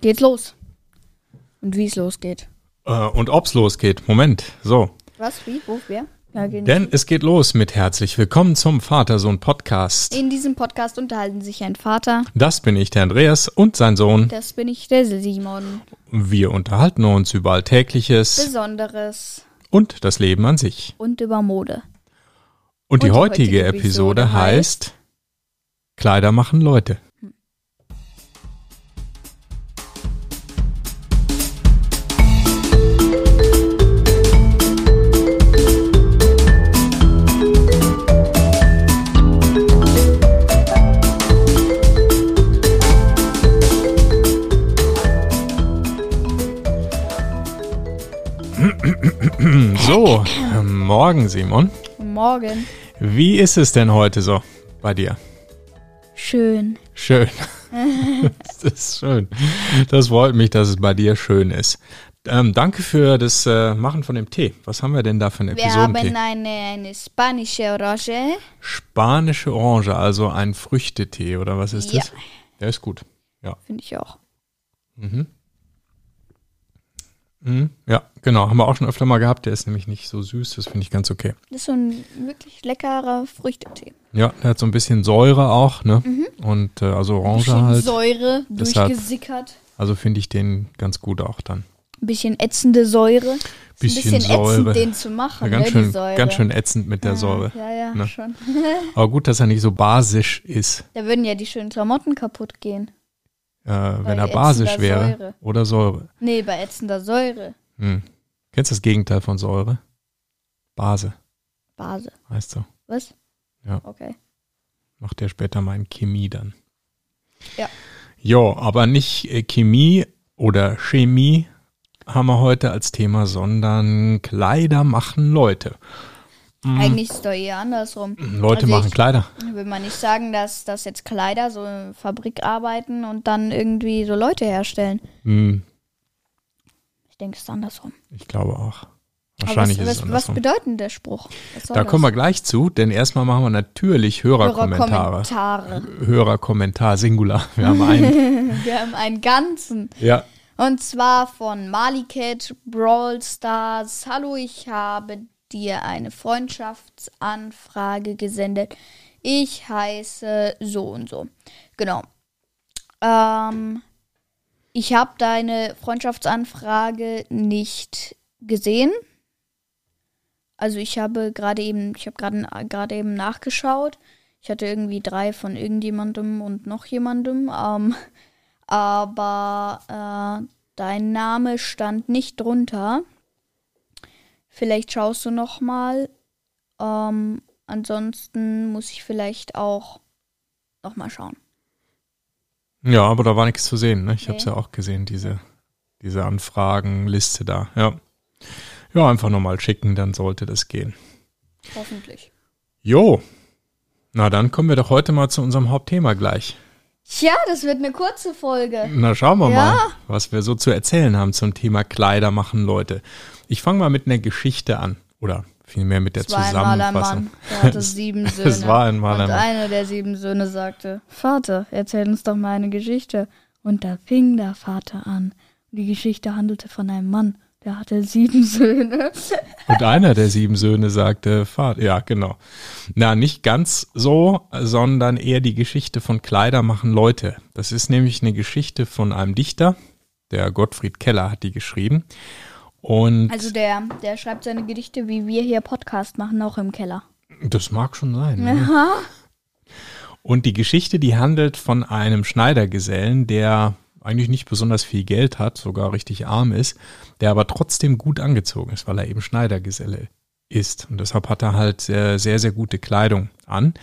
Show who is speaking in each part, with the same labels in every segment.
Speaker 1: geht's los. Und wie es losgeht.
Speaker 2: Äh, und ob's losgeht. Moment. So.
Speaker 1: Was, wie, wo, wer? Ja, gehen
Speaker 2: Denn es geht los mit herzlich willkommen zum Vater-Sohn-Podcast.
Speaker 1: In diesem Podcast unterhalten sich ein Vater.
Speaker 2: Das bin ich, der Andreas und sein Sohn.
Speaker 1: Das bin ich, der Simon.
Speaker 2: Wir unterhalten uns über Alltägliches
Speaker 1: Besonderes
Speaker 2: und das Leben an sich.
Speaker 1: und über Mode.
Speaker 2: Und die
Speaker 1: Und die
Speaker 2: heutige
Speaker 1: heutige
Speaker 2: Episode
Speaker 1: Episode
Speaker 2: heißt Kleider machen Leute. So, morgen Simon.
Speaker 1: Morgen.
Speaker 2: Wie ist es denn heute so bei dir?
Speaker 1: Schön.
Speaker 2: Schön. das ist schön. Das freut mich, dass es bei dir schön ist. Ähm, danke für das äh, Machen von dem Tee. Was haben wir denn da für einen
Speaker 1: Wir haben
Speaker 2: Episodentee?
Speaker 1: eine, eine spanische Orange.
Speaker 2: Spanische Orange, also ein Früchtetee oder was ist
Speaker 1: Ja.
Speaker 2: das? Der ist gut. Ja.
Speaker 1: Finde ich auch.
Speaker 2: Mhm. ja, genau. Haben wir auch schon öfter mal gehabt. Der ist nämlich nicht so süß. Das finde ich ganz okay.
Speaker 1: Das ist so ein wirklich leckerer Früchtetee.
Speaker 2: Ja, der hat so ein bisschen Säure auch, ne? Und äh, also
Speaker 1: Mhm.
Speaker 2: Orange
Speaker 1: Bisschen
Speaker 2: halt.
Speaker 1: Säure
Speaker 2: Deshalb-
Speaker 1: durchgesickert.
Speaker 2: Also finde ich den ganz gut auch dann.
Speaker 1: Ein bisschen ätzende Säure. Ist
Speaker 2: Bisschen
Speaker 1: ein bisschen
Speaker 2: Säure.
Speaker 1: ätzend, den zu machen.
Speaker 2: ganz,
Speaker 1: ne, die
Speaker 2: schön,
Speaker 1: Säure.
Speaker 2: ganz schön ätzend mit der Säure.
Speaker 1: Ja, ja,
Speaker 2: Ne?
Speaker 1: schon.
Speaker 2: Aber gut, dass er nicht so basisch ist,
Speaker 1: Da würden ja die schönen Klamotten kaputt gehen.
Speaker 2: äh, wenn er
Speaker 1: ätzender
Speaker 2: basisch wäre.
Speaker 1: Säure.
Speaker 2: Oder Säure.
Speaker 1: Nee, bei ätzender Säure.
Speaker 2: Hm. Kennst du das Gegenteil von Säure? Base,
Speaker 1: Base.
Speaker 2: heißt so.
Speaker 1: Was?
Speaker 2: Ja.
Speaker 1: Okay.
Speaker 2: Macht der später mal in Chemie dann.
Speaker 1: Ja.
Speaker 2: Jo, aber nicht äh, Chemie oder Chemie haben wir heute als Thema, sondern Kleider machen Leute.
Speaker 1: Eigentlich ist es doch eher andersrum.
Speaker 2: Mhm, Leute
Speaker 1: Also
Speaker 2: machen
Speaker 1: ich-
Speaker 2: Kleider.
Speaker 1: Will man nicht sagen, dass, dass jetzt Kleider so in Fabrik arbeiten und dann irgendwie so Leute herstellen.
Speaker 2: Hm,
Speaker 1: Ich denke, es ist andersrum.
Speaker 2: ich glaube auch.
Speaker 1: Aber
Speaker 2: Wahrscheinlich
Speaker 1: was,
Speaker 2: ist es
Speaker 1: was,
Speaker 2: andersrum.
Speaker 1: was bedeutet denn der Spruch? Was soll
Speaker 2: Da
Speaker 1: das?
Speaker 2: kommen wir gleich zu, denn erstmal machen wir natürlich Hörerkommentare.
Speaker 1: Kommentare.
Speaker 2: Hörerkommentar, Singular. Wir haben einen.
Speaker 1: Wir haben einen ganzen.
Speaker 2: ja.
Speaker 1: Und zwar von Malikat, Brawl Stars. Hallo, ich habe dir eine Freundschaftsanfrage gesendet. Ich heiße so und so. Genau. Ähm, ich habe deine Freundschaftsanfrage nicht gesehen. Also ich habe gerade eben, ich habe gerade gerade eben nachgeschaut. Ich hatte irgendwie drei von irgendjemandem und noch jemandem. Ähm, aber äh, dein Name stand nicht drunter. Vielleicht schaust du noch mal. Ähm, ansonsten muss ich vielleicht auch noch mal schauen.
Speaker 2: ja, aber da war nichts zu sehen. Ne? Ich
Speaker 1: Nee.
Speaker 2: habe es ja auch gesehen, diese, diese Anfragenliste da. Ja. Ja, einfach nochmal schicken, dann sollte das gehen.
Speaker 1: Hoffentlich.
Speaker 2: Jo. Na, dann kommen wir doch heute mal zu unserem Hauptthema gleich.
Speaker 1: Tja, das wird eine kurze Folge.
Speaker 2: Na, schauen wir
Speaker 1: Ja.
Speaker 2: mal, was wir so zu erzählen haben zum Thema Kleider machen, Leute. Ich fange mal mit einer Geschichte an. Oder vielmehr mit der
Speaker 1: Zweimal ein
Speaker 2: Zusammenfassung.
Speaker 1: Mann, der hatte sieben Söhne.
Speaker 2: es war einmal
Speaker 1: Und
Speaker 2: ein Mann.
Speaker 1: einer der sieben Söhne sagte, Vater, erzähl uns doch mal eine Geschichte. Und da fing der Vater an. Die Geschichte handelte von einem Mann, der hatte sieben Söhne.
Speaker 2: Und einer der sieben Söhne sagte, Vater, ja, genau. Na, nicht ganz so, sondern eher die Geschichte von Kleider machen Leute. Das ist nämlich eine Geschichte von einem Dichter, der Gottfried Keller hat die geschrieben. Und
Speaker 1: Also der, der schreibt seine Gedichte, wie wir hier Podcast machen, auch im Keller.
Speaker 2: das mag schon sein. Ne? Und die Geschichte, die handelt von einem Schneidergesellen, der eigentlich nicht besonders viel Geld hat, sogar richtig arm ist, der aber trotzdem gut angezogen ist, weil er eben Schneidergeselle ist. Und deshalb hat er halt äh, sehr, sehr gute Kleidung an.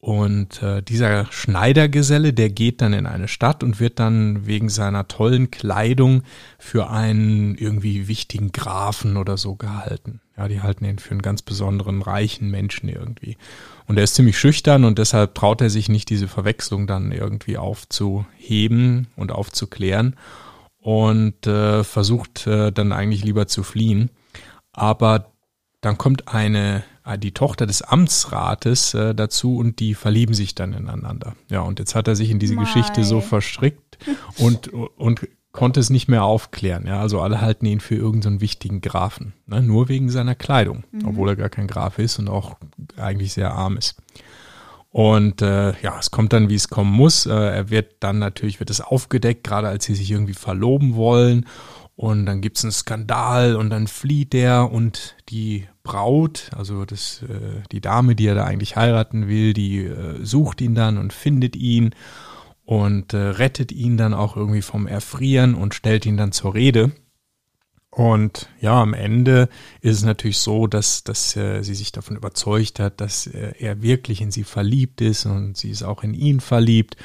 Speaker 2: Und äh, dieser Schneidergeselle, der geht dann in eine Stadt und wird dann wegen seiner tollen Kleidung für einen irgendwie wichtigen Grafen oder so gehalten. Ja, die halten ihn für einen ganz besonderen reichen Menschen irgendwie. Und er ist ziemlich schüchtern und deshalb traut er sich nicht, diese Verwechslung dann irgendwie aufzuheben und aufzuklären und äh, versucht äh, dann eigentlich lieber zu fliehen. Aber dann kommt eine, äh, die Tochter des Amtsrates äh, dazu und die verlieben sich dann ineinander. Ja, und jetzt hat er sich in diese
Speaker 1: Mei.
Speaker 2: Geschichte so verstrickt, verrückt und, und konnte es nicht mehr aufklären. Ja, also alle halten ihn für irgendeinen so wichtigen Grafen, ne? nur wegen seiner Kleidung, mhm. obwohl er gar kein Graf ist und auch eigentlich sehr arm ist. Und äh, ja, es kommt dann, wie es kommen muss. Äh, er wird dann natürlich, wird es aufgedeckt, gerade als sie sich irgendwie verloben wollen. Und dann gibt es einen Skandal und dann flieht der und die Braut, also das, äh, die Dame, die er da eigentlich heiraten will, die äh, sucht ihn dann und findet ihn und äh, rettet ihn dann auch irgendwie vom Erfrieren und stellt ihn dann zur Rede. Und ja, am Ende ist es natürlich so, dass, dass äh, sie sich davon überzeugt hat, dass äh, er wirklich in sie verliebt ist und sie ist auch in ihn verliebt.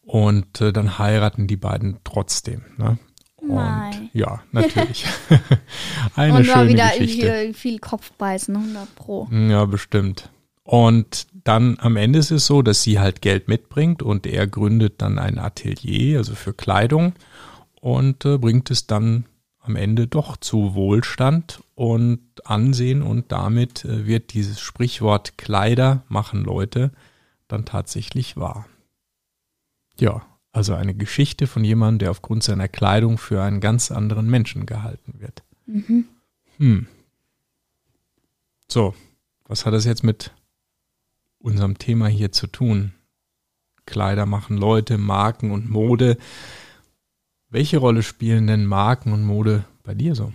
Speaker 2: Und äh, dann heiraten die beiden trotzdem. Ne? Und Nein. ja, natürlich.
Speaker 1: Eine und schöne wieder Geschichte. Viel, viel Kopfbeißen, 100 Pro.
Speaker 2: Ja, bestimmt. Und dann am Ende ist es so, dass sie halt Geld mitbringt und er gründet dann ein Atelier, also für Kleidung und äh, bringt es dann am Ende doch zu Wohlstand und Ansehen und damit äh, wird dieses Sprichwort Kleider machen Leute dann tatsächlich wahr. Ja, also eine Geschichte von jemandem, der aufgrund seiner Kleidung für einen ganz anderen Menschen gehalten wird. Mhm. Hm. So, was hat das jetzt mit unserem Thema hier zu tun? Kleider machen Leute, Marken und Mode. Welche Rolle spielen denn Marken und Mode bei dir so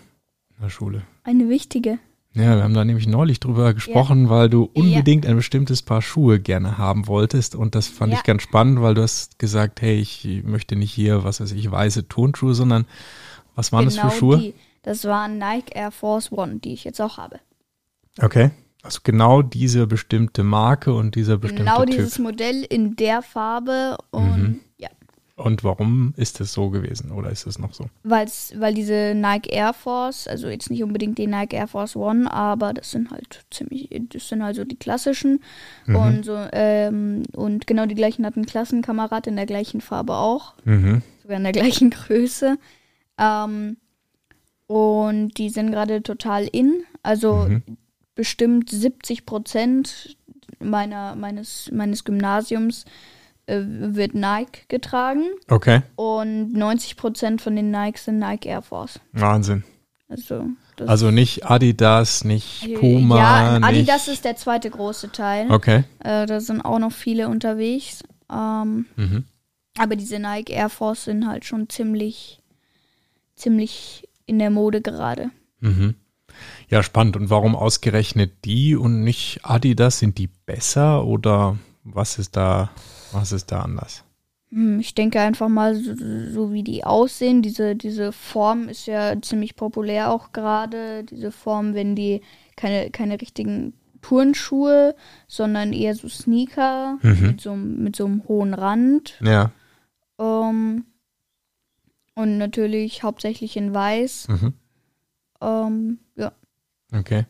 Speaker 2: in der Schule?
Speaker 1: Eine wichtige.
Speaker 2: Ja, wir haben da nämlich neulich drüber gesprochen, ja. weil du unbedingt ja. ein bestimmtes Paar Schuhe gerne haben wolltest. Und das fand ja. ich ganz spannend, weil du hast gesagt, hey, ich möchte nicht hier, was weiß ich, weiße Turnschuhe, sondern was waren genau das für Schuhe?
Speaker 1: Die. Das waren Nike Air Force One, die ich jetzt auch habe.
Speaker 2: Okay. Also genau diese bestimmte Marke und dieser bestimmte
Speaker 1: Genau
Speaker 2: typ.
Speaker 1: dieses Modell in der Farbe und mhm. ja.
Speaker 2: Und warum ist es so gewesen oder ist es noch so?
Speaker 1: Weil's, weil diese Nike Air Force, also jetzt nicht unbedingt die Nike Air Force One, aber das sind halt ziemlich, das sind halt so die klassischen. Mhm. Und, so, ähm, und genau die gleichen hatten Klassenkamerad in der gleichen Farbe auch. Mhm. Sogar in der gleichen Größe. Ähm, und die sind gerade total in. Also mhm. bestimmt 70 Prozent meiner, meines, meines Gymnasiums äh, wird Nike getragen.
Speaker 2: Okay.
Speaker 1: Und 90 Prozent von den Nikes sind Nike Air Force.
Speaker 2: Wahnsinn.
Speaker 1: Also,
Speaker 2: also nicht Adidas, nicht Puma. Ja,
Speaker 1: Äh, Adidas
Speaker 2: nicht
Speaker 1: ist der zweite große Teil.
Speaker 2: Okay.
Speaker 1: Äh, da sind auch noch viele unterwegs. Ähm, mhm. Aber diese Nike Air Force sind halt schon ziemlich, ziemlich in der Mode gerade.
Speaker 2: Mhm. Ja, spannend. Und warum ausgerechnet die und nicht Adidas? Sind die besser oder was ist da was ist da anders?
Speaker 1: Hm, Ich denke einfach mal, so, so, wie die aussehen, diese, diese Form ist ja ziemlich populär auch gerade. Diese Form, wenn die keine, keine richtigen Turnschuhe, sondern eher so Sneaker mhm. mit, so, mit so einem hohen Rand.
Speaker 2: Ja.
Speaker 1: Ähm, und natürlich hauptsächlich in Weiß. Mhm. Ähm, ja.
Speaker 2: Okay.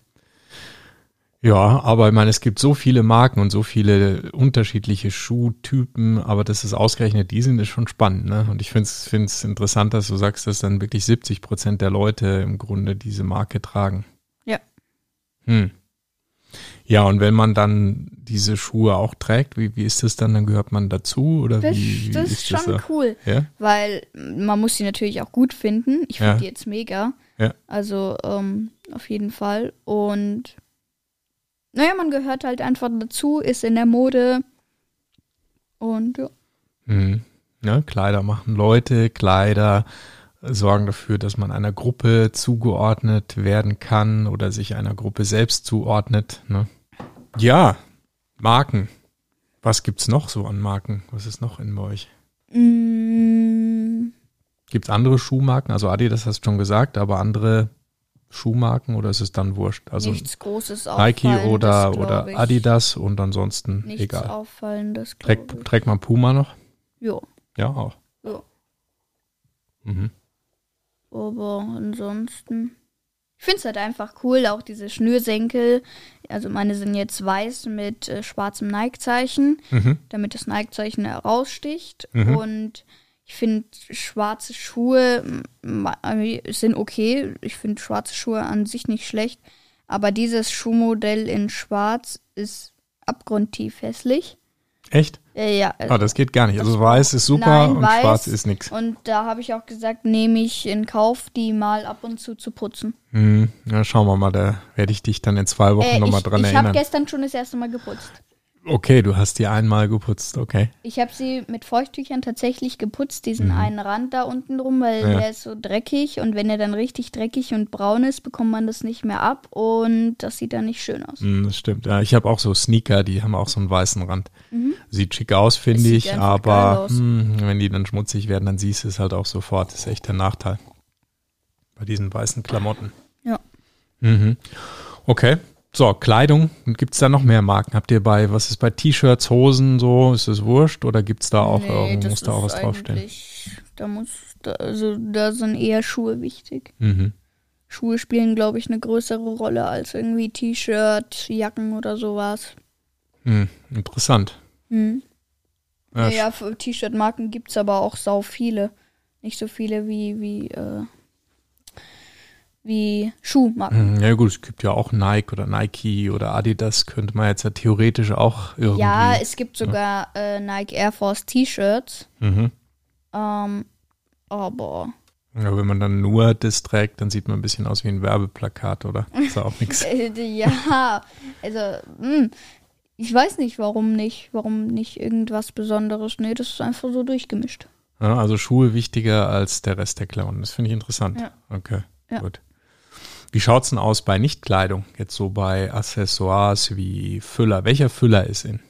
Speaker 2: Ja, aber ich meine, es gibt so viele Marken und so viele unterschiedliche Schuhtypen, aber dass es ausgerechnet die sind, ist schon spannend. Ne? Und ich finde es interessant, dass du sagst, dass dann wirklich 70 Prozent der Leute im Grunde diese Marke tragen.
Speaker 1: Ja.
Speaker 2: Hm. Ja, und wenn man dann diese Schuhe auch trägt, wie, wie ist das dann? Dann gehört man dazu? Oder
Speaker 1: das,
Speaker 2: wie, wie
Speaker 1: das
Speaker 2: ist
Speaker 1: schon
Speaker 2: das
Speaker 1: da? cool,
Speaker 2: ja?
Speaker 1: weil man muss sie natürlich auch gut finden. Ich finde
Speaker 2: ja.
Speaker 1: die jetzt mega.
Speaker 2: Ja.
Speaker 1: Also ähm, auf jeden Fall. Und naja, man gehört halt einfach dazu, ist in der Mode und ja.
Speaker 2: Mhm. ja. Kleider machen Leute, Kleider sorgen dafür, dass man einer Gruppe zugeordnet werden kann oder sich einer Gruppe selbst zuordnet. Ne? Ja, Marken. Was gibt's noch so an Marken? Was ist noch in euch?
Speaker 1: Mm.
Speaker 2: Gibt's andere Schuhmarken? Also Adidas hast du schon gesagt, aber andere Schuhmarken oder ist es dann wurscht? Also
Speaker 1: nichts Großes
Speaker 2: Nike oder, oder Adidas und ansonsten
Speaker 1: nichts
Speaker 2: egal.
Speaker 1: Auffallendes.
Speaker 2: Trägt, ich. trägt man Puma noch?
Speaker 1: Jo.
Speaker 2: Ja, auch.
Speaker 1: Jo.
Speaker 2: Mhm.
Speaker 1: Aber ansonsten. Ich finde es halt einfach cool, auch diese Schnürsenkel. Also meine sind jetzt weiß mit äh, schwarzem Nike-Zeichen,
Speaker 2: mhm.
Speaker 1: damit das Nike-Zeichen heraussticht.
Speaker 2: Mhm.
Speaker 1: Und ich finde, schwarze Schuhe sind okay. Ich finde schwarze Schuhe an sich nicht schlecht. Aber dieses Schuhmodell in schwarz ist abgrundtief hässlich.
Speaker 2: Echt?
Speaker 1: Äh, ja.
Speaker 2: Ah, das geht gar nicht. Also weiß ist super
Speaker 1: Nein,
Speaker 2: und
Speaker 1: weiß.
Speaker 2: schwarz ist nichts.
Speaker 1: Und da habe ich auch gesagt, nehme ich in Kauf, die mal ab und zu zu putzen.
Speaker 2: Hm, na, schauen wir mal, da werde ich dich dann in zwei Wochen
Speaker 1: Äh,
Speaker 2: nochmal
Speaker 1: ich
Speaker 2: dran
Speaker 1: ich habe
Speaker 2: erinnern.
Speaker 1: gestern schon das erste Mal geputzt.
Speaker 2: Okay, du hast die einmal geputzt, okay.
Speaker 1: Ich habe sie mit Feuchttüchern tatsächlich geputzt, diesen einen Rand da unten rum, weil
Speaker 2: Mhm. Ja.
Speaker 1: der ist so dreckig und wenn er dann richtig dreckig und braun ist, bekommt man das nicht mehr ab und das sieht dann nicht schön aus.
Speaker 2: Hm, das stimmt. Ja, ich habe auch so Sneaker, die haben auch so einen weißen Rand. Sieht schick aus, finde
Speaker 1: Mhm. sieht
Speaker 2: ich,
Speaker 1: einfach geil
Speaker 2: aber
Speaker 1: aus.
Speaker 2: hm, wenn die dann schmutzig werden, dann siehst du es halt auch sofort. Das ist echt der Nachteil. Bei diesen weißen Klamotten. Mhm.
Speaker 1: Ja.
Speaker 2: Okay. So, Kleidung. Gibt es da noch mehr Marken? Habt ihr bei, was ist bei T-Shirts, Hosen so? Ist es wurscht oder gibt es da auch,
Speaker 1: Nee,
Speaker 2: irgendwo-
Speaker 1: das
Speaker 2: muss da auch
Speaker 1: ist
Speaker 2: was draufstehen?
Speaker 1: eigentlich- Da muss, da, also da sind eher Schuhe wichtig.
Speaker 2: Mhm.
Speaker 1: Schuhe spielen, glaube ich, eine größere Rolle als irgendwie T-Shirt, Jacken oder sowas.
Speaker 2: Hm, interessant.
Speaker 1: Hm.
Speaker 2: Ja,
Speaker 1: Ja, für T-Shirt-Marken gibt es aber auch sau viele. Nicht so viele wie, wie, äh, wie Schuhmarken.
Speaker 2: Hm, Ja gut, es gibt ja auch Nike oder Nike oder Adidas, könnte man jetzt ja theoretisch auch irgendwie.
Speaker 1: Ja, es gibt sogar äh, Nike Air Force T-Shirts.
Speaker 2: mhm.
Speaker 1: Ähm, aber
Speaker 2: ja, wenn man dann nur das trägt, dann sieht man ein bisschen aus wie ein Werbeplakat, oder? Ist ja auch nichts.
Speaker 1: äh, ja, also hm, ich weiß nicht, warum nicht. Warum nicht irgendwas Besonderes? Nee, das ist einfach so durchgemischt.
Speaker 2: Ja, also Schuhe wichtiger als der Rest der Klamotten. Das finde ich interessant.
Speaker 1: Ja.
Speaker 2: Okay,
Speaker 1: Ja.
Speaker 2: gut. Wie schaut's denn aus bei Nichtkleidung? Jetzt so bei Accessoires wie Füller. Welcher Füller ist in?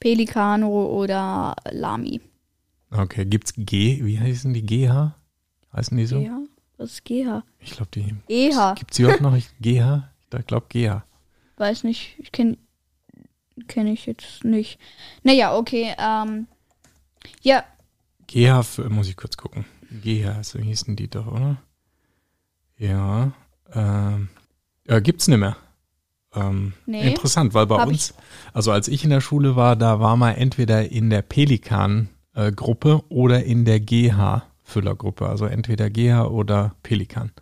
Speaker 1: Pelicano oder Lami.
Speaker 2: Okay, gibt's G, wie heißen die? GH? Heißen die so?
Speaker 1: GH? Was ist GH?
Speaker 2: Ich glaube, die
Speaker 1: EH.
Speaker 2: gibt's die auch noch? Ich- GH? Ich glaube GH.
Speaker 1: Weiß nicht, ich kenne kenne ich jetzt nicht. Naja, okay, ähm, ja,
Speaker 2: GH, für, muss ich kurz gucken. GH, so hießen die doch, oder? Ja. Ähm, ja gibt's nicht mehr. Ähm,
Speaker 1: Nee.
Speaker 2: Interessant, weil bei
Speaker 1: Hab
Speaker 2: uns, also als ich in der Schule war, da war man entweder in der Pelikan-Gruppe äh, oder in der GH-Füllergruppe. Also entweder GH oder Pelikan.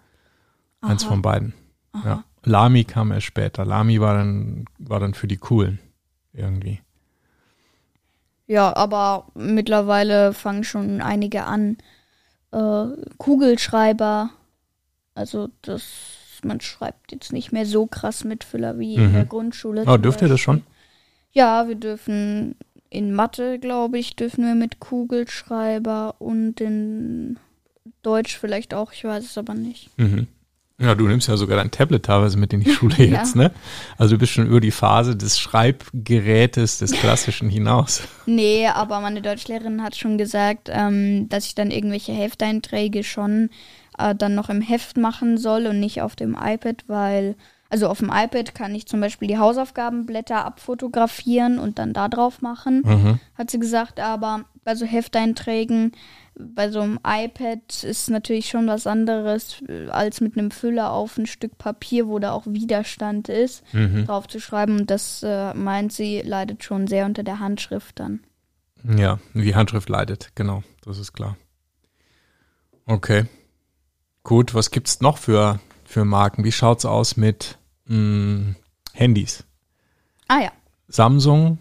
Speaker 2: Eins
Speaker 1: Aha.
Speaker 2: von beiden. Ja. Lami kam erst später. Lami war dann, war dann für die Coolen irgendwie.
Speaker 1: ja, aber mittlerweile fangen schon einige an. Äh, Kugelschreiber, also das, man schreibt jetzt nicht mehr so krass mit Füller wie in
Speaker 2: Mhm.
Speaker 1: der Grundschule.
Speaker 2: Oh,
Speaker 1: zum
Speaker 2: dürft ihr das
Speaker 1: Beispiel.
Speaker 2: schon?
Speaker 1: Ja, wir dürfen in Mathe, glaube ich, dürfen wir mit Kugelschreiber und in Deutsch vielleicht auch, ich weiß es aber nicht.
Speaker 2: Mhm. Ja, du nimmst ja sogar dein Tablet teilweise mit in die Schule
Speaker 1: Ja.
Speaker 2: jetzt, ne? Also du bist schon über die Phase des Schreibgerätes, des Klassischen hinaus.
Speaker 1: Nee, aber meine Deutschlehrerin hat schon gesagt, ähm, dass ich dann irgendwelche Hefteinträge schon äh, dann noch im Heft machen soll und nicht auf dem iPad, weil, also auf dem iPad kann ich zum Beispiel die Hausaufgabenblätter abfotografieren und dann da drauf machen,
Speaker 2: Hm.
Speaker 1: hat sie gesagt, aber bei so Hefteinträgen, bei so einem iPad ist natürlich schon was anderes äh, als mit einem Füller auf ein Stück Papier, wo da auch Widerstand ist drauf zu schreiben. Und das äh, meint sie, leidet schon sehr unter der Handschrift dann.
Speaker 2: Ja, die Handschrift leidet, genau, das ist klar. Okay. Gut, was gibt's noch für, für Marken? Wie schaut's aus mit mh, Handys?
Speaker 1: Ah ja,
Speaker 2: Samsung,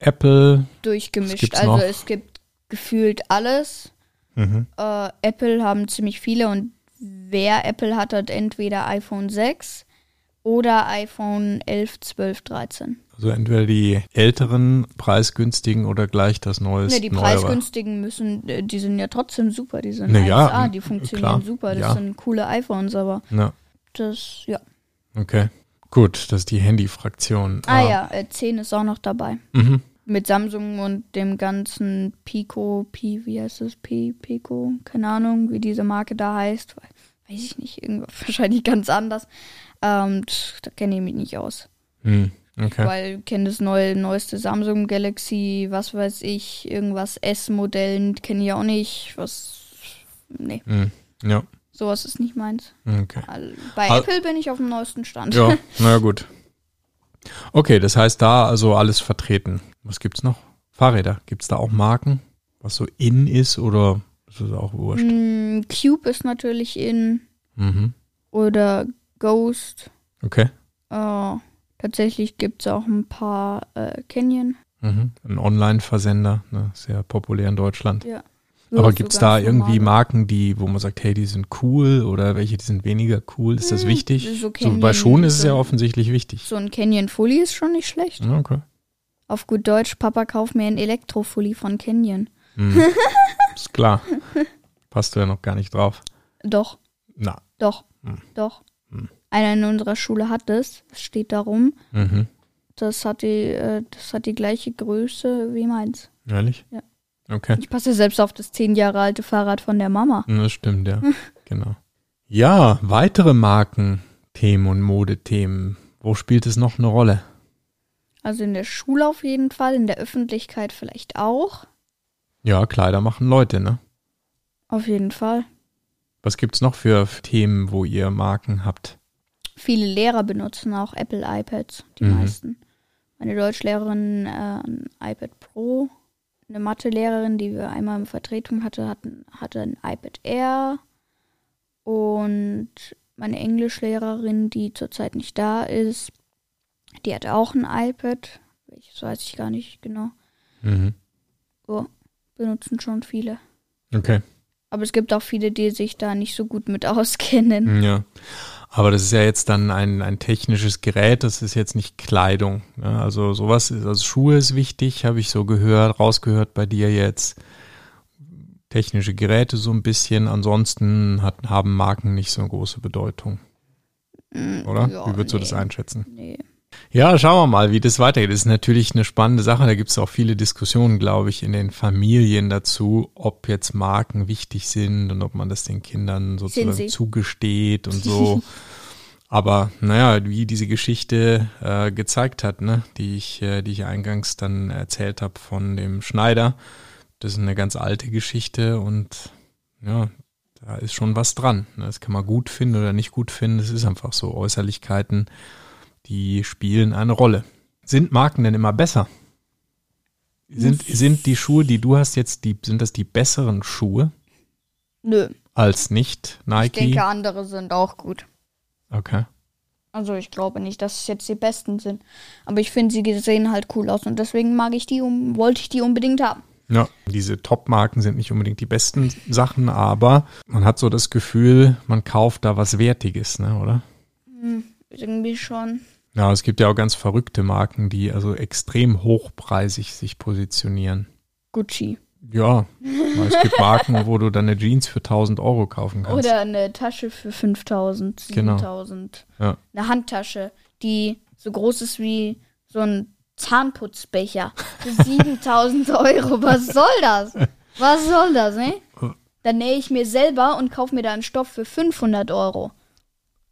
Speaker 2: Apple, Was
Speaker 1: durchgemischt.
Speaker 2: gibt's
Speaker 1: Also
Speaker 2: noch? Mhm.
Speaker 1: es gibt gefühlt alles. Äh, Apple haben ziemlich viele und wer Apple hat, hat entweder iPhone 6 oder iPhone 11, 12, 13.
Speaker 2: also entweder die älteren, preisgünstigen oder gleich das neueste.
Speaker 1: Ne, die preisgünstigen müssen, äh, die sind ja trotzdem super. Die sind
Speaker 2: Na ja,
Speaker 1: 1A, die
Speaker 2: m-
Speaker 1: funktionieren
Speaker 2: klar,
Speaker 1: super. Das
Speaker 2: ja.
Speaker 1: sind coole iPhones, aber
Speaker 2: Ja,
Speaker 1: das, ja.
Speaker 2: okay. Gut, das ist die Handy-Fraktion.
Speaker 1: Ah, ja, äh, 10 ist auch noch dabei.
Speaker 2: Mhm.
Speaker 1: Mit Samsung und dem ganzen Pico, Pi, wie heißt es? Pi, Pico, keine Ahnung, wie diese Marke da heißt. We- Weiß ich nicht, irgendwas wahrscheinlich ganz anders. Ähm, pff, da kenne ich mich nicht aus.
Speaker 2: Hm, okay.
Speaker 1: Weil ich kenne das neue, neueste Samsung Galaxy, was weiß ich, irgendwas S-Modellen kenne ich auch nicht. Was, nee,
Speaker 2: Hm, ja,
Speaker 1: sowas ist nicht meins.
Speaker 2: okay.
Speaker 1: All- Bei
Speaker 2: Al-
Speaker 1: Apple bin ich auf dem neuesten Stand.
Speaker 2: Ja, na ja, gut. Okay, das heißt da also alles vertreten. Was gibt's noch? Fahrräder. Gibt's da auch Marken, was so in ist oder ist es auch wurscht?
Speaker 1: Mm, Cube ist natürlich in
Speaker 2: Mhm.
Speaker 1: oder Ghost.
Speaker 2: Okay.
Speaker 1: Oh, Äh, tatsächlich gibt es auch ein paar äh, Canyon.
Speaker 2: Mhm. Ein Online-Versender, ne? sehr populär in Deutschland.
Speaker 1: Ja.
Speaker 2: Aber
Speaker 1: Ja,
Speaker 2: gibt es da
Speaker 1: sogar
Speaker 2: irgendwie
Speaker 1: Formate.
Speaker 2: Marken, die, wo man sagt, hey, die sind cool oder welche, die sind weniger cool? Ist das
Speaker 1: Hm,
Speaker 2: wichtig?
Speaker 1: so
Speaker 2: so,
Speaker 1: kennen
Speaker 2: bei
Speaker 1: wir
Speaker 2: Schuhen
Speaker 1: nicht
Speaker 2: ist es
Speaker 1: so.
Speaker 2: ja Hm. offensichtlich wichtig.
Speaker 1: So ein Canyon Fully ist schon nicht schlecht.
Speaker 2: Ja, Okay.
Speaker 1: Auf gut Deutsch, Papa, kauf mir einen Elektrofully von Canyon.
Speaker 2: Hm. ist klar. Passt du ja noch gar nicht drauf.
Speaker 1: Doch,
Speaker 2: Na.
Speaker 1: doch,
Speaker 2: Hm.
Speaker 1: doch.
Speaker 2: Hm.
Speaker 1: Einer in unserer Schule hat es. Es steht darum.
Speaker 2: Mhm.
Speaker 1: Das hat die, äh, das hat die gleiche Größe wie meins.
Speaker 2: Ehrlich?
Speaker 1: Ja.
Speaker 2: Okay.
Speaker 1: Ich passe selbst auf das zehn Jahre alte Fahrrad von der Mama.
Speaker 2: Ja, Das stimmt, ja. genau. Ja, weitere Markenthemen und Modethemen. Wo spielt es noch eine Rolle?
Speaker 1: Also in der Schule auf jeden Fall, in der Öffentlichkeit vielleicht auch.
Speaker 2: Ja, Kleider machen Leute, ne?
Speaker 1: Auf jeden Fall.
Speaker 2: Was gibt's noch für Themen, wo ihr Marken habt?
Speaker 1: Viele Lehrer benutzen auch Apple iPads, die
Speaker 2: Mhm.
Speaker 1: meisten. Meine Deutschlehrerin äh, ein iPad Pro. Eine Mathelehrerin, die wir einmal in Vertretung hatte, hat, ein- hatte ein iPad Air. Und meine Englischlehrerin, die zurzeit nicht da ist, die hat auch ein iPad. Welches weiß ich gar nicht genau.
Speaker 2: Mhm.
Speaker 1: Oh, benutzen schon viele.
Speaker 2: Okay.
Speaker 1: Aber es gibt auch viele, die sich da nicht so gut mit auskennen.
Speaker 2: Ja. Aber das ist ja jetzt dann ein, ein technisches Gerät, das ist jetzt nicht Kleidung. Ne? Also sowas ist, also Schuhe ist wichtig, habe ich so gehört, rausgehört bei dir jetzt. Technische Geräte so ein bisschen, ansonsten hat, haben Marken nicht so eine große Bedeutung,
Speaker 1: Mm,
Speaker 2: oder?
Speaker 1: ja,
Speaker 2: Wie würdest du das
Speaker 1: nee,
Speaker 2: einschätzen?
Speaker 1: Nee.
Speaker 2: Ja, schauen wir mal, wie das weitergeht. Das ist natürlich eine spannende Sache. Da gibt es auch viele Diskussionen, glaube ich, in den Familien dazu, ob jetzt Marken wichtig sind und ob man das den Kindern sozusagen
Speaker 1: sie.
Speaker 2: zugesteht und so. Aber naja, wie diese Geschichte äh, gezeigt hat, ne, die ich, äh, die ich eingangs dann erzählt habe von dem Schneider, das ist eine ganz alte Geschichte und ja, da ist schon was dran. ne. Das kann man gut finden oder nicht gut finden. Das ist einfach so. Äußerlichkeiten die spielen eine Rolle. Sind Marken denn immer besser? Sind, sind die Schuhe, die du hast jetzt, die, sind das die besseren Schuhe
Speaker 1: Nö,
Speaker 2: als nicht
Speaker 1: ich
Speaker 2: Nike?
Speaker 1: denke, andere sind auch gut.
Speaker 2: okay.
Speaker 1: Also ich glaube nicht, dass es jetzt die besten sind. Aber ich finde, sie sehen halt cool aus und deswegen mag ich die um, wollte ich die unbedingt haben.
Speaker 2: Ja, diese Top-Marken sind nicht unbedingt die besten Sachen, aber man hat so das Gefühl, man kauft da was Wertiges, ne, oder?
Speaker 1: Irgendwie schon.
Speaker 2: Ja, es gibt ja auch ganz verrückte Marken, die also extrem hochpreisig sich positionieren.
Speaker 1: Gucci.
Speaker 2: Ja, es gibt Marken, wo du deine Jeans für 1000 Euro kaufen kannst.
Speaker 1: Oder eine Tasche für 5000,
Speaker 2: Genau.
Speaker 1: 7000.
Speaker 2: Ja.
Speaker 1: Eine Handtasche, die so groß ist wie so ein Zahnputzbecher. Für 7000 Euro. Was soll das? Was soll das, ne?
Speaker 2: Äh.
Speaker 1: Dann nähe ich mir selber und kaufe mir da einen Stoff für 500 Euro.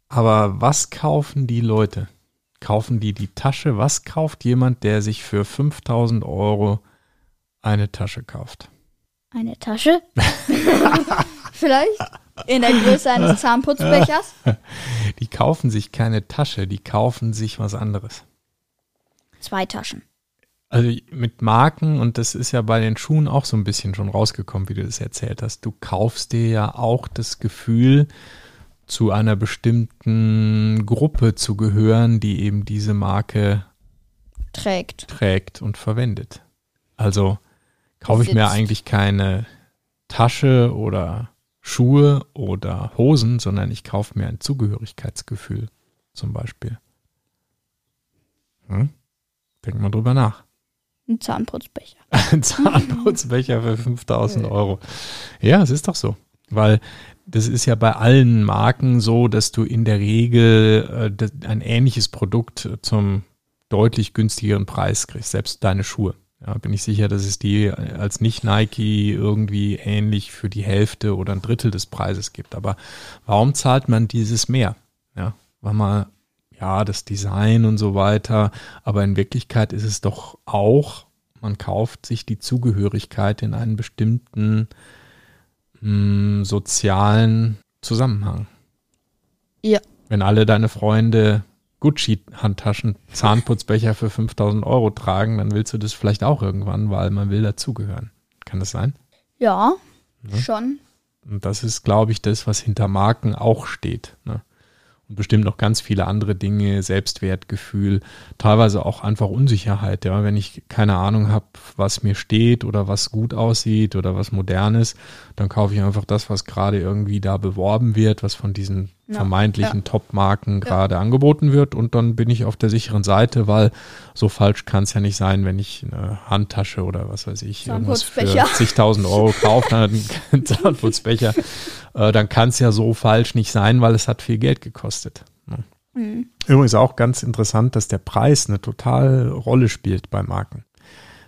Speaker 2: Aber was kaufen die Leute? Kaufen die die Tasche? Was kauft jemand, der sich für 5000 Euro eine Tasche kauft?
Speaker 1: Eine Tasche? Vielleicht? In der Größe eines Zahnputzbechers?
Speaker 2: Die kaufen sich keine Tasche, die kaufen sich was anderes.
Speaker 1: Zwei Taschen.
Speaker 2: Also mit Marken, und das ist ja bei den Schuhen auch so ein bisschen schon rausgekommen, wie du das erzählt hast, du kaufst dir ja auch das Gefühl, zu einer bestimmten Gruppe zu gehören, die eben diese Marke
Speaker 1: Trägt.
Speaker 2: trägt und verwendet. Also kaufe ich
Speaker 1: Besitzt.
Speaker 2: mir eigentlich keine Tasche oder Schuhe oder Hosen, sondern ich kaufe mir ein Zugehörigkeitsgefühl zum Beispiel. Hm? Denk mal drüber nach.
Speaker 1: Ein Zahnputzbecher.
Speaker 2: Ein Zahnputzbecher für 5000 Euro. Ja, es ist doch so. Weil das ist ja bei allen Marken so, dass du in der Regel äh, das- ein ähnliches Produkt äh, zum deutlich günstigeren Preis kriegst, selbst deine Schuhe. Ja, bin ich sicher, dass es die äh, als nicht Nike irgendwie ähnlich für die Hälfte oder ein Drittel des Preises gibt. Aber warum zahlt man dieses mehr? Ja, weil man ja, das Design und so weiter. Aber in Wirklichkeit ist es doch auch, man kauft sich die Zugehörigkeit in einen bestimmten mh, sozialen Zusammenhang.
Speaker 1: Ja.
Speaker 2: Wenn alle deine Freunde Gucci-Handtaschen, Zahnputzbecher für 5000 Euro tragen, dann willst du das vielleicht auch irgendwann, weil man will dazugehören. Kann das sein?
Speaker 1: Ja, schon.
Speaker 2: Und das ist, glaube ich, das, was hinter Marken auch steht. Ne? Und bestimmt noch ganz viele andere Dinge, Selbstwertgefühl, teilweise auch einfach Unsicherheit. Ja, wenn ich keine Ahnung habe, was mir steht oder was gut aussieht oder was modern ist, dann kaufe ich einfach das, was gerade irgendwie da beworben wird, was von diesen
Speaker 1: Ja,
Speaker 2: vermeintlichen Top-Marken gerade angeboten wird. Und dann bin ich auf der sicheren Seite, weil so falsch kann es ja nicht sein, wenn ich eine Handtasche oder was weiß ich, irgendwas für
Speaker 1: Zahnputzbecher.
Speaker 2: zigtausend Euro kauft, dann hat einen Zahnputzbecher, äh, dann kann es ja so falsch nicht sein, weil es hat viel Geld gekostet. Ne? Übrigens auch ganz interessant, dass der Preis eine total Rolle spielt bei Marken.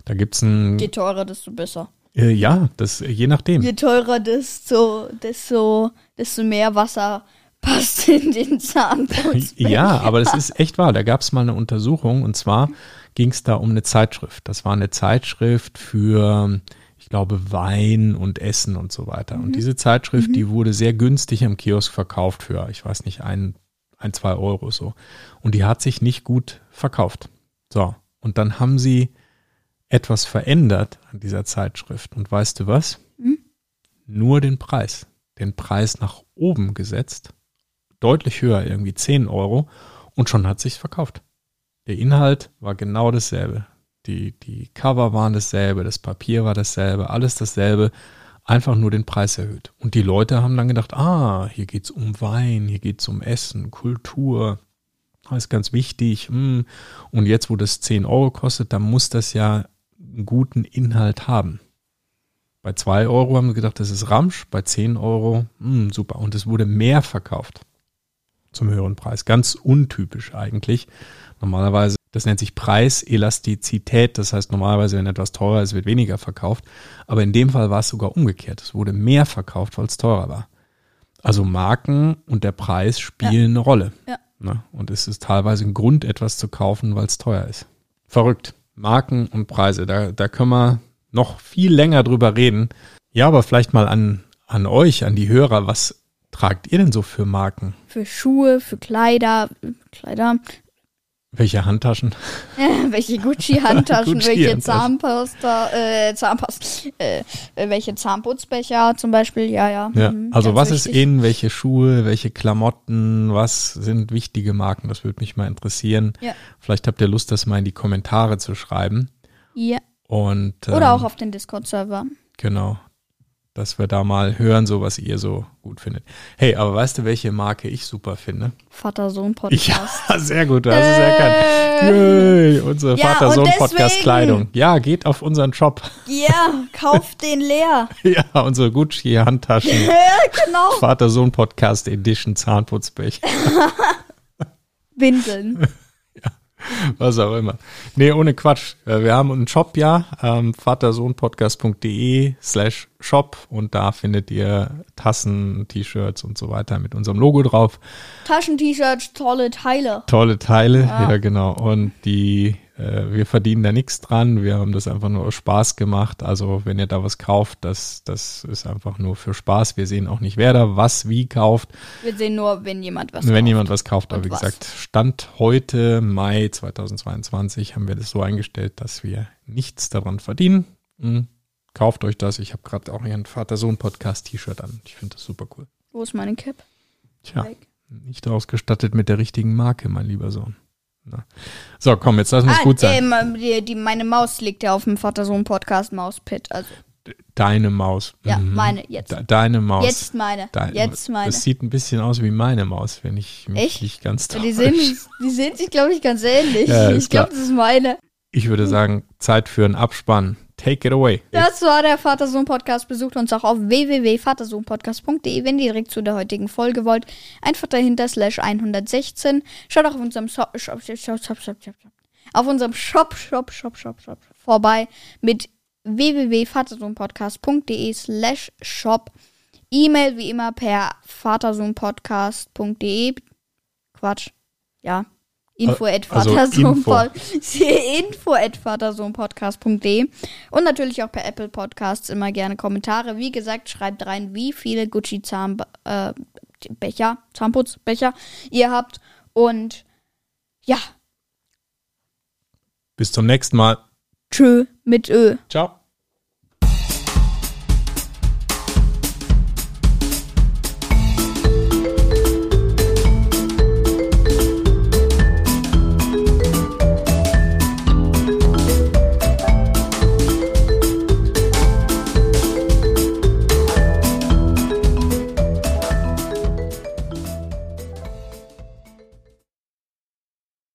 Speaker 2: Da gibt es ein,
Speaker 1: Je teurer, desto besser.
Speaker 2: äh, ja, das je nachdem.
Speaker 1: Je teurer, desto, desto, desto mehr Wasser passt in den Zahnputzbecher.
Speaker 2: Ja, aber das ist echt wahr. Da gab es mal eine Untersuchung und zwar ging es da um eine Zeitschrift. Das war eine Zeitschrift für, ich glaube, Wein und Essen und so weiter. Und diese Zeitschrift, die wurde sehr günstig am Kiosk verkauft für, ich weiß nicht, ein, ein, zwei Euro so. Und die hat sich nicht gut verkauft. So. Und dann haben sie etwas verändert an dieser Zeitschrift. Und weißt du was? Nur den Preis. Den Preis nach oben gesetzt deutlich höher, irgendwie 10 Euro. Und schon hat sich's verkauft. Der Inhalt war genau dasselbe. Die, die Cover waren dasselbe, das Papier war dasselbe, alles dasselbe. Einfach nur den Preis erhöht. Und die Leute haben dann gedacht, ah, hier geht's um Wein, hier geht's um Essen, Kultur. Das ist ganz wichtig. hm. Und jetzt, wo das 10 Euro kostet, dann muss das ja einen guten Inhalt haben. Bei 2 Euro haben sie gedacht, das ist Ramsch. Bei 10 Euro, hm, super. Und es wurde mehr verkauft zum höheren Preis. Ganz untypisch eigentlich. Normalerweise, das nennt sich Preiselastizität. Das heißt, normalerweise, wenn etwas teurer ist, wird weniger verkauft. Aber in dem Fall war es sogar umgekehrt. Es wurde mehr verkauft, weil es teurer war. Also Marken und der Preis spielen eine Rolle.
Speaker 1: Ja.
Speaker 2: Ne? Und es ist teilweise ein Grund, etwas zu kaufen, weil es teuer ist. Verrückt. Marken und Preise, da, da können wir noch viel länger drüber reden. Ja, aber vielleicht mal an, an euch, an die Hörer, was tragt ihr denn so für Marken?
Speaker 1: Für Schuhe, für Kleider, Kleider,
Speaker 2: Welche Handtaschen?
Speaker 1: Äh, welche Gucci-Handtaschen,
Speaker 2: Gucci-Handtaschen.
Speaker 1: welche Zahnpasta, äh, Zahnpasta, äh, welche Zahnputzbecher zum Beispiel, ja, ja.
Speaker 2: Ja,
Speaker 1: mhm,
Speaker 2: also
Speaker 1: ganz
Speaker 2: was ist
Speaker 1: wichtig.
Speaker 2: in, welche Schuhe, welche Klamotten, was sind wichtige Marken? Das würde mich mal interessieren.
Speaker 1: Ja.
Speaker 2: Vielleicht habt ihr Lust, das mal in die Kommentare zu schreiben.
Speaker 1: Ja.
Speaker 2: Und ähm,
Speaker 1: Oder auch auf den Discord-Server.
Speaker 2: genau, dass wir da mal hören, so was ihr so gut findet. Hey, aber weißt du, welche Marke ich super finde? Ich, ja,
Speaker 1: Vater-Sohn-Podcast.
Speaker 2: sehr gut, du hast es erkannt. Yay, unsere
Speaker 1: Ja, und
Speaker 2: Vater-Sohn-Podcast
Speaker 1: deswegen-
Speaker 2: Kleidung. Ja, geht auf unseren Shop.
Speaker 1: Ja, kauft den leer.
Speaker 2: ja, unsere Gucci-Handtaschen.
Speaker 1: Genau.
Speaker 2: Vater-Sohn-Podcast Edition Zahnputzbecher.
Speaker 1: Windeln.
Speaker 2: was auch immer. Nee, ohne Quatsch. Äh, Wir haben einen Shop ja, ähm, vatersohnpodcast.de slash shop und da findet ihr Tassen, T-Shirts und so weiter mit unserem Logo drauf.
Speaker 1: Taschen-T-Shirts, tolle Teile.
Speaker 2: Tolle Teile, ja genau. Und die, äh, wir verdienen da nichts dran, wir haben das einfach nur aus Spaß gemacht. Also wenn ihr da was kauft, das, das ist einfach nur für Spaß. Wir sehen auch nicht, wer da was wie kauft.
Speaker 1: Wir sehen nur, wenn jemand was
Speaker 2: Wenn
Speaker 1: kauft.
Speaker 2: jemand was kauft, aber
Speaker 1: Und
Speaker 2: wie
Speaker 1: was.
Speaker 2: gesagt, Stand heute, Mai 2022, haben wir das so eingestellt, dass wir nichts daran verdienen. Hm, Kauft euch das. Ich habe gerade auch ihren Vater-Sohn-Podcast-T-Shirt an. Ich finde das super cool.
Speaker 1: Wo ist meine Cap?
Speaker 2: Tja,
Speaker 1: Weg.
Speaker 2: nicht ausgestattet mit der richtigen Marke, mein lieber Sohn. Na. So, komm, jetzt lass uns
Speaker 1: ah,
Speaker 2: gut sein.
Speaker 1: ähm, die, die, meine Maus liegt ja auf dem Vater-Sohn-Podcast-Mauspad. Also,
Speaker 2: Deine Maus.
Speaker 1: ja,
Speaker 2: Mhm.
Speaker 1: meine, jetzt.
Speaker 2: De deine Maus.
Speaker 1: Jetzt meine.
Speaker 2: Dein-
Speaker 1: jetzt meine.
Speaker 2: Das sieht ein bisschen aus wie meine Maus, wenn ich mich
Speaker 1: Echt?
Speaker 2: nicht ganz
Speaker 1: Ja, die, sehen,
Speaker 2: täusche.
Speaker 1: die sehen sich, glaube ich, ganz ähnlich.
Speaker 2: Ja, ist
Speaker 1: ich glaube, das ist meine.
Speaker 2: Ich würde sagen, Zeit für einen Abspann. Take it away.
Speaker 1: Das war der Vatersohn-Podcast. Besucht uns auch auf www.vatersohnpodcast.de, wenn ihr direkt zu der heutigen Folge wollt. Einfach dahinter slash 116. Schaut auch auf unserem so Shop, Shop, Shop, Shop, Shop, Shop, Shop. Auf unserem Shop, Shop, Shop, Shop, Shop vorbei mit www.vatersohnpodcast.de slash shop. E-Mail wie immer per vatersohnpodcast.de. Quatsch. Ja. Info at
Speaker 2: also info.
Speaker 1: vatersohnpod- info at vatersohnpodcast.de und natürlich auch per Apple Podcasts immer gerne Kommentare. Wie gesagt, schreibt rein, wie viele Gucci Zahnbecher, äh, Becher, Zahnputzbecher ihr habt und ja,
Speaker 2: Bis zum nächsten Mal.
Speaker 1: tschö mit Ö.
Speaker 2: Ciao.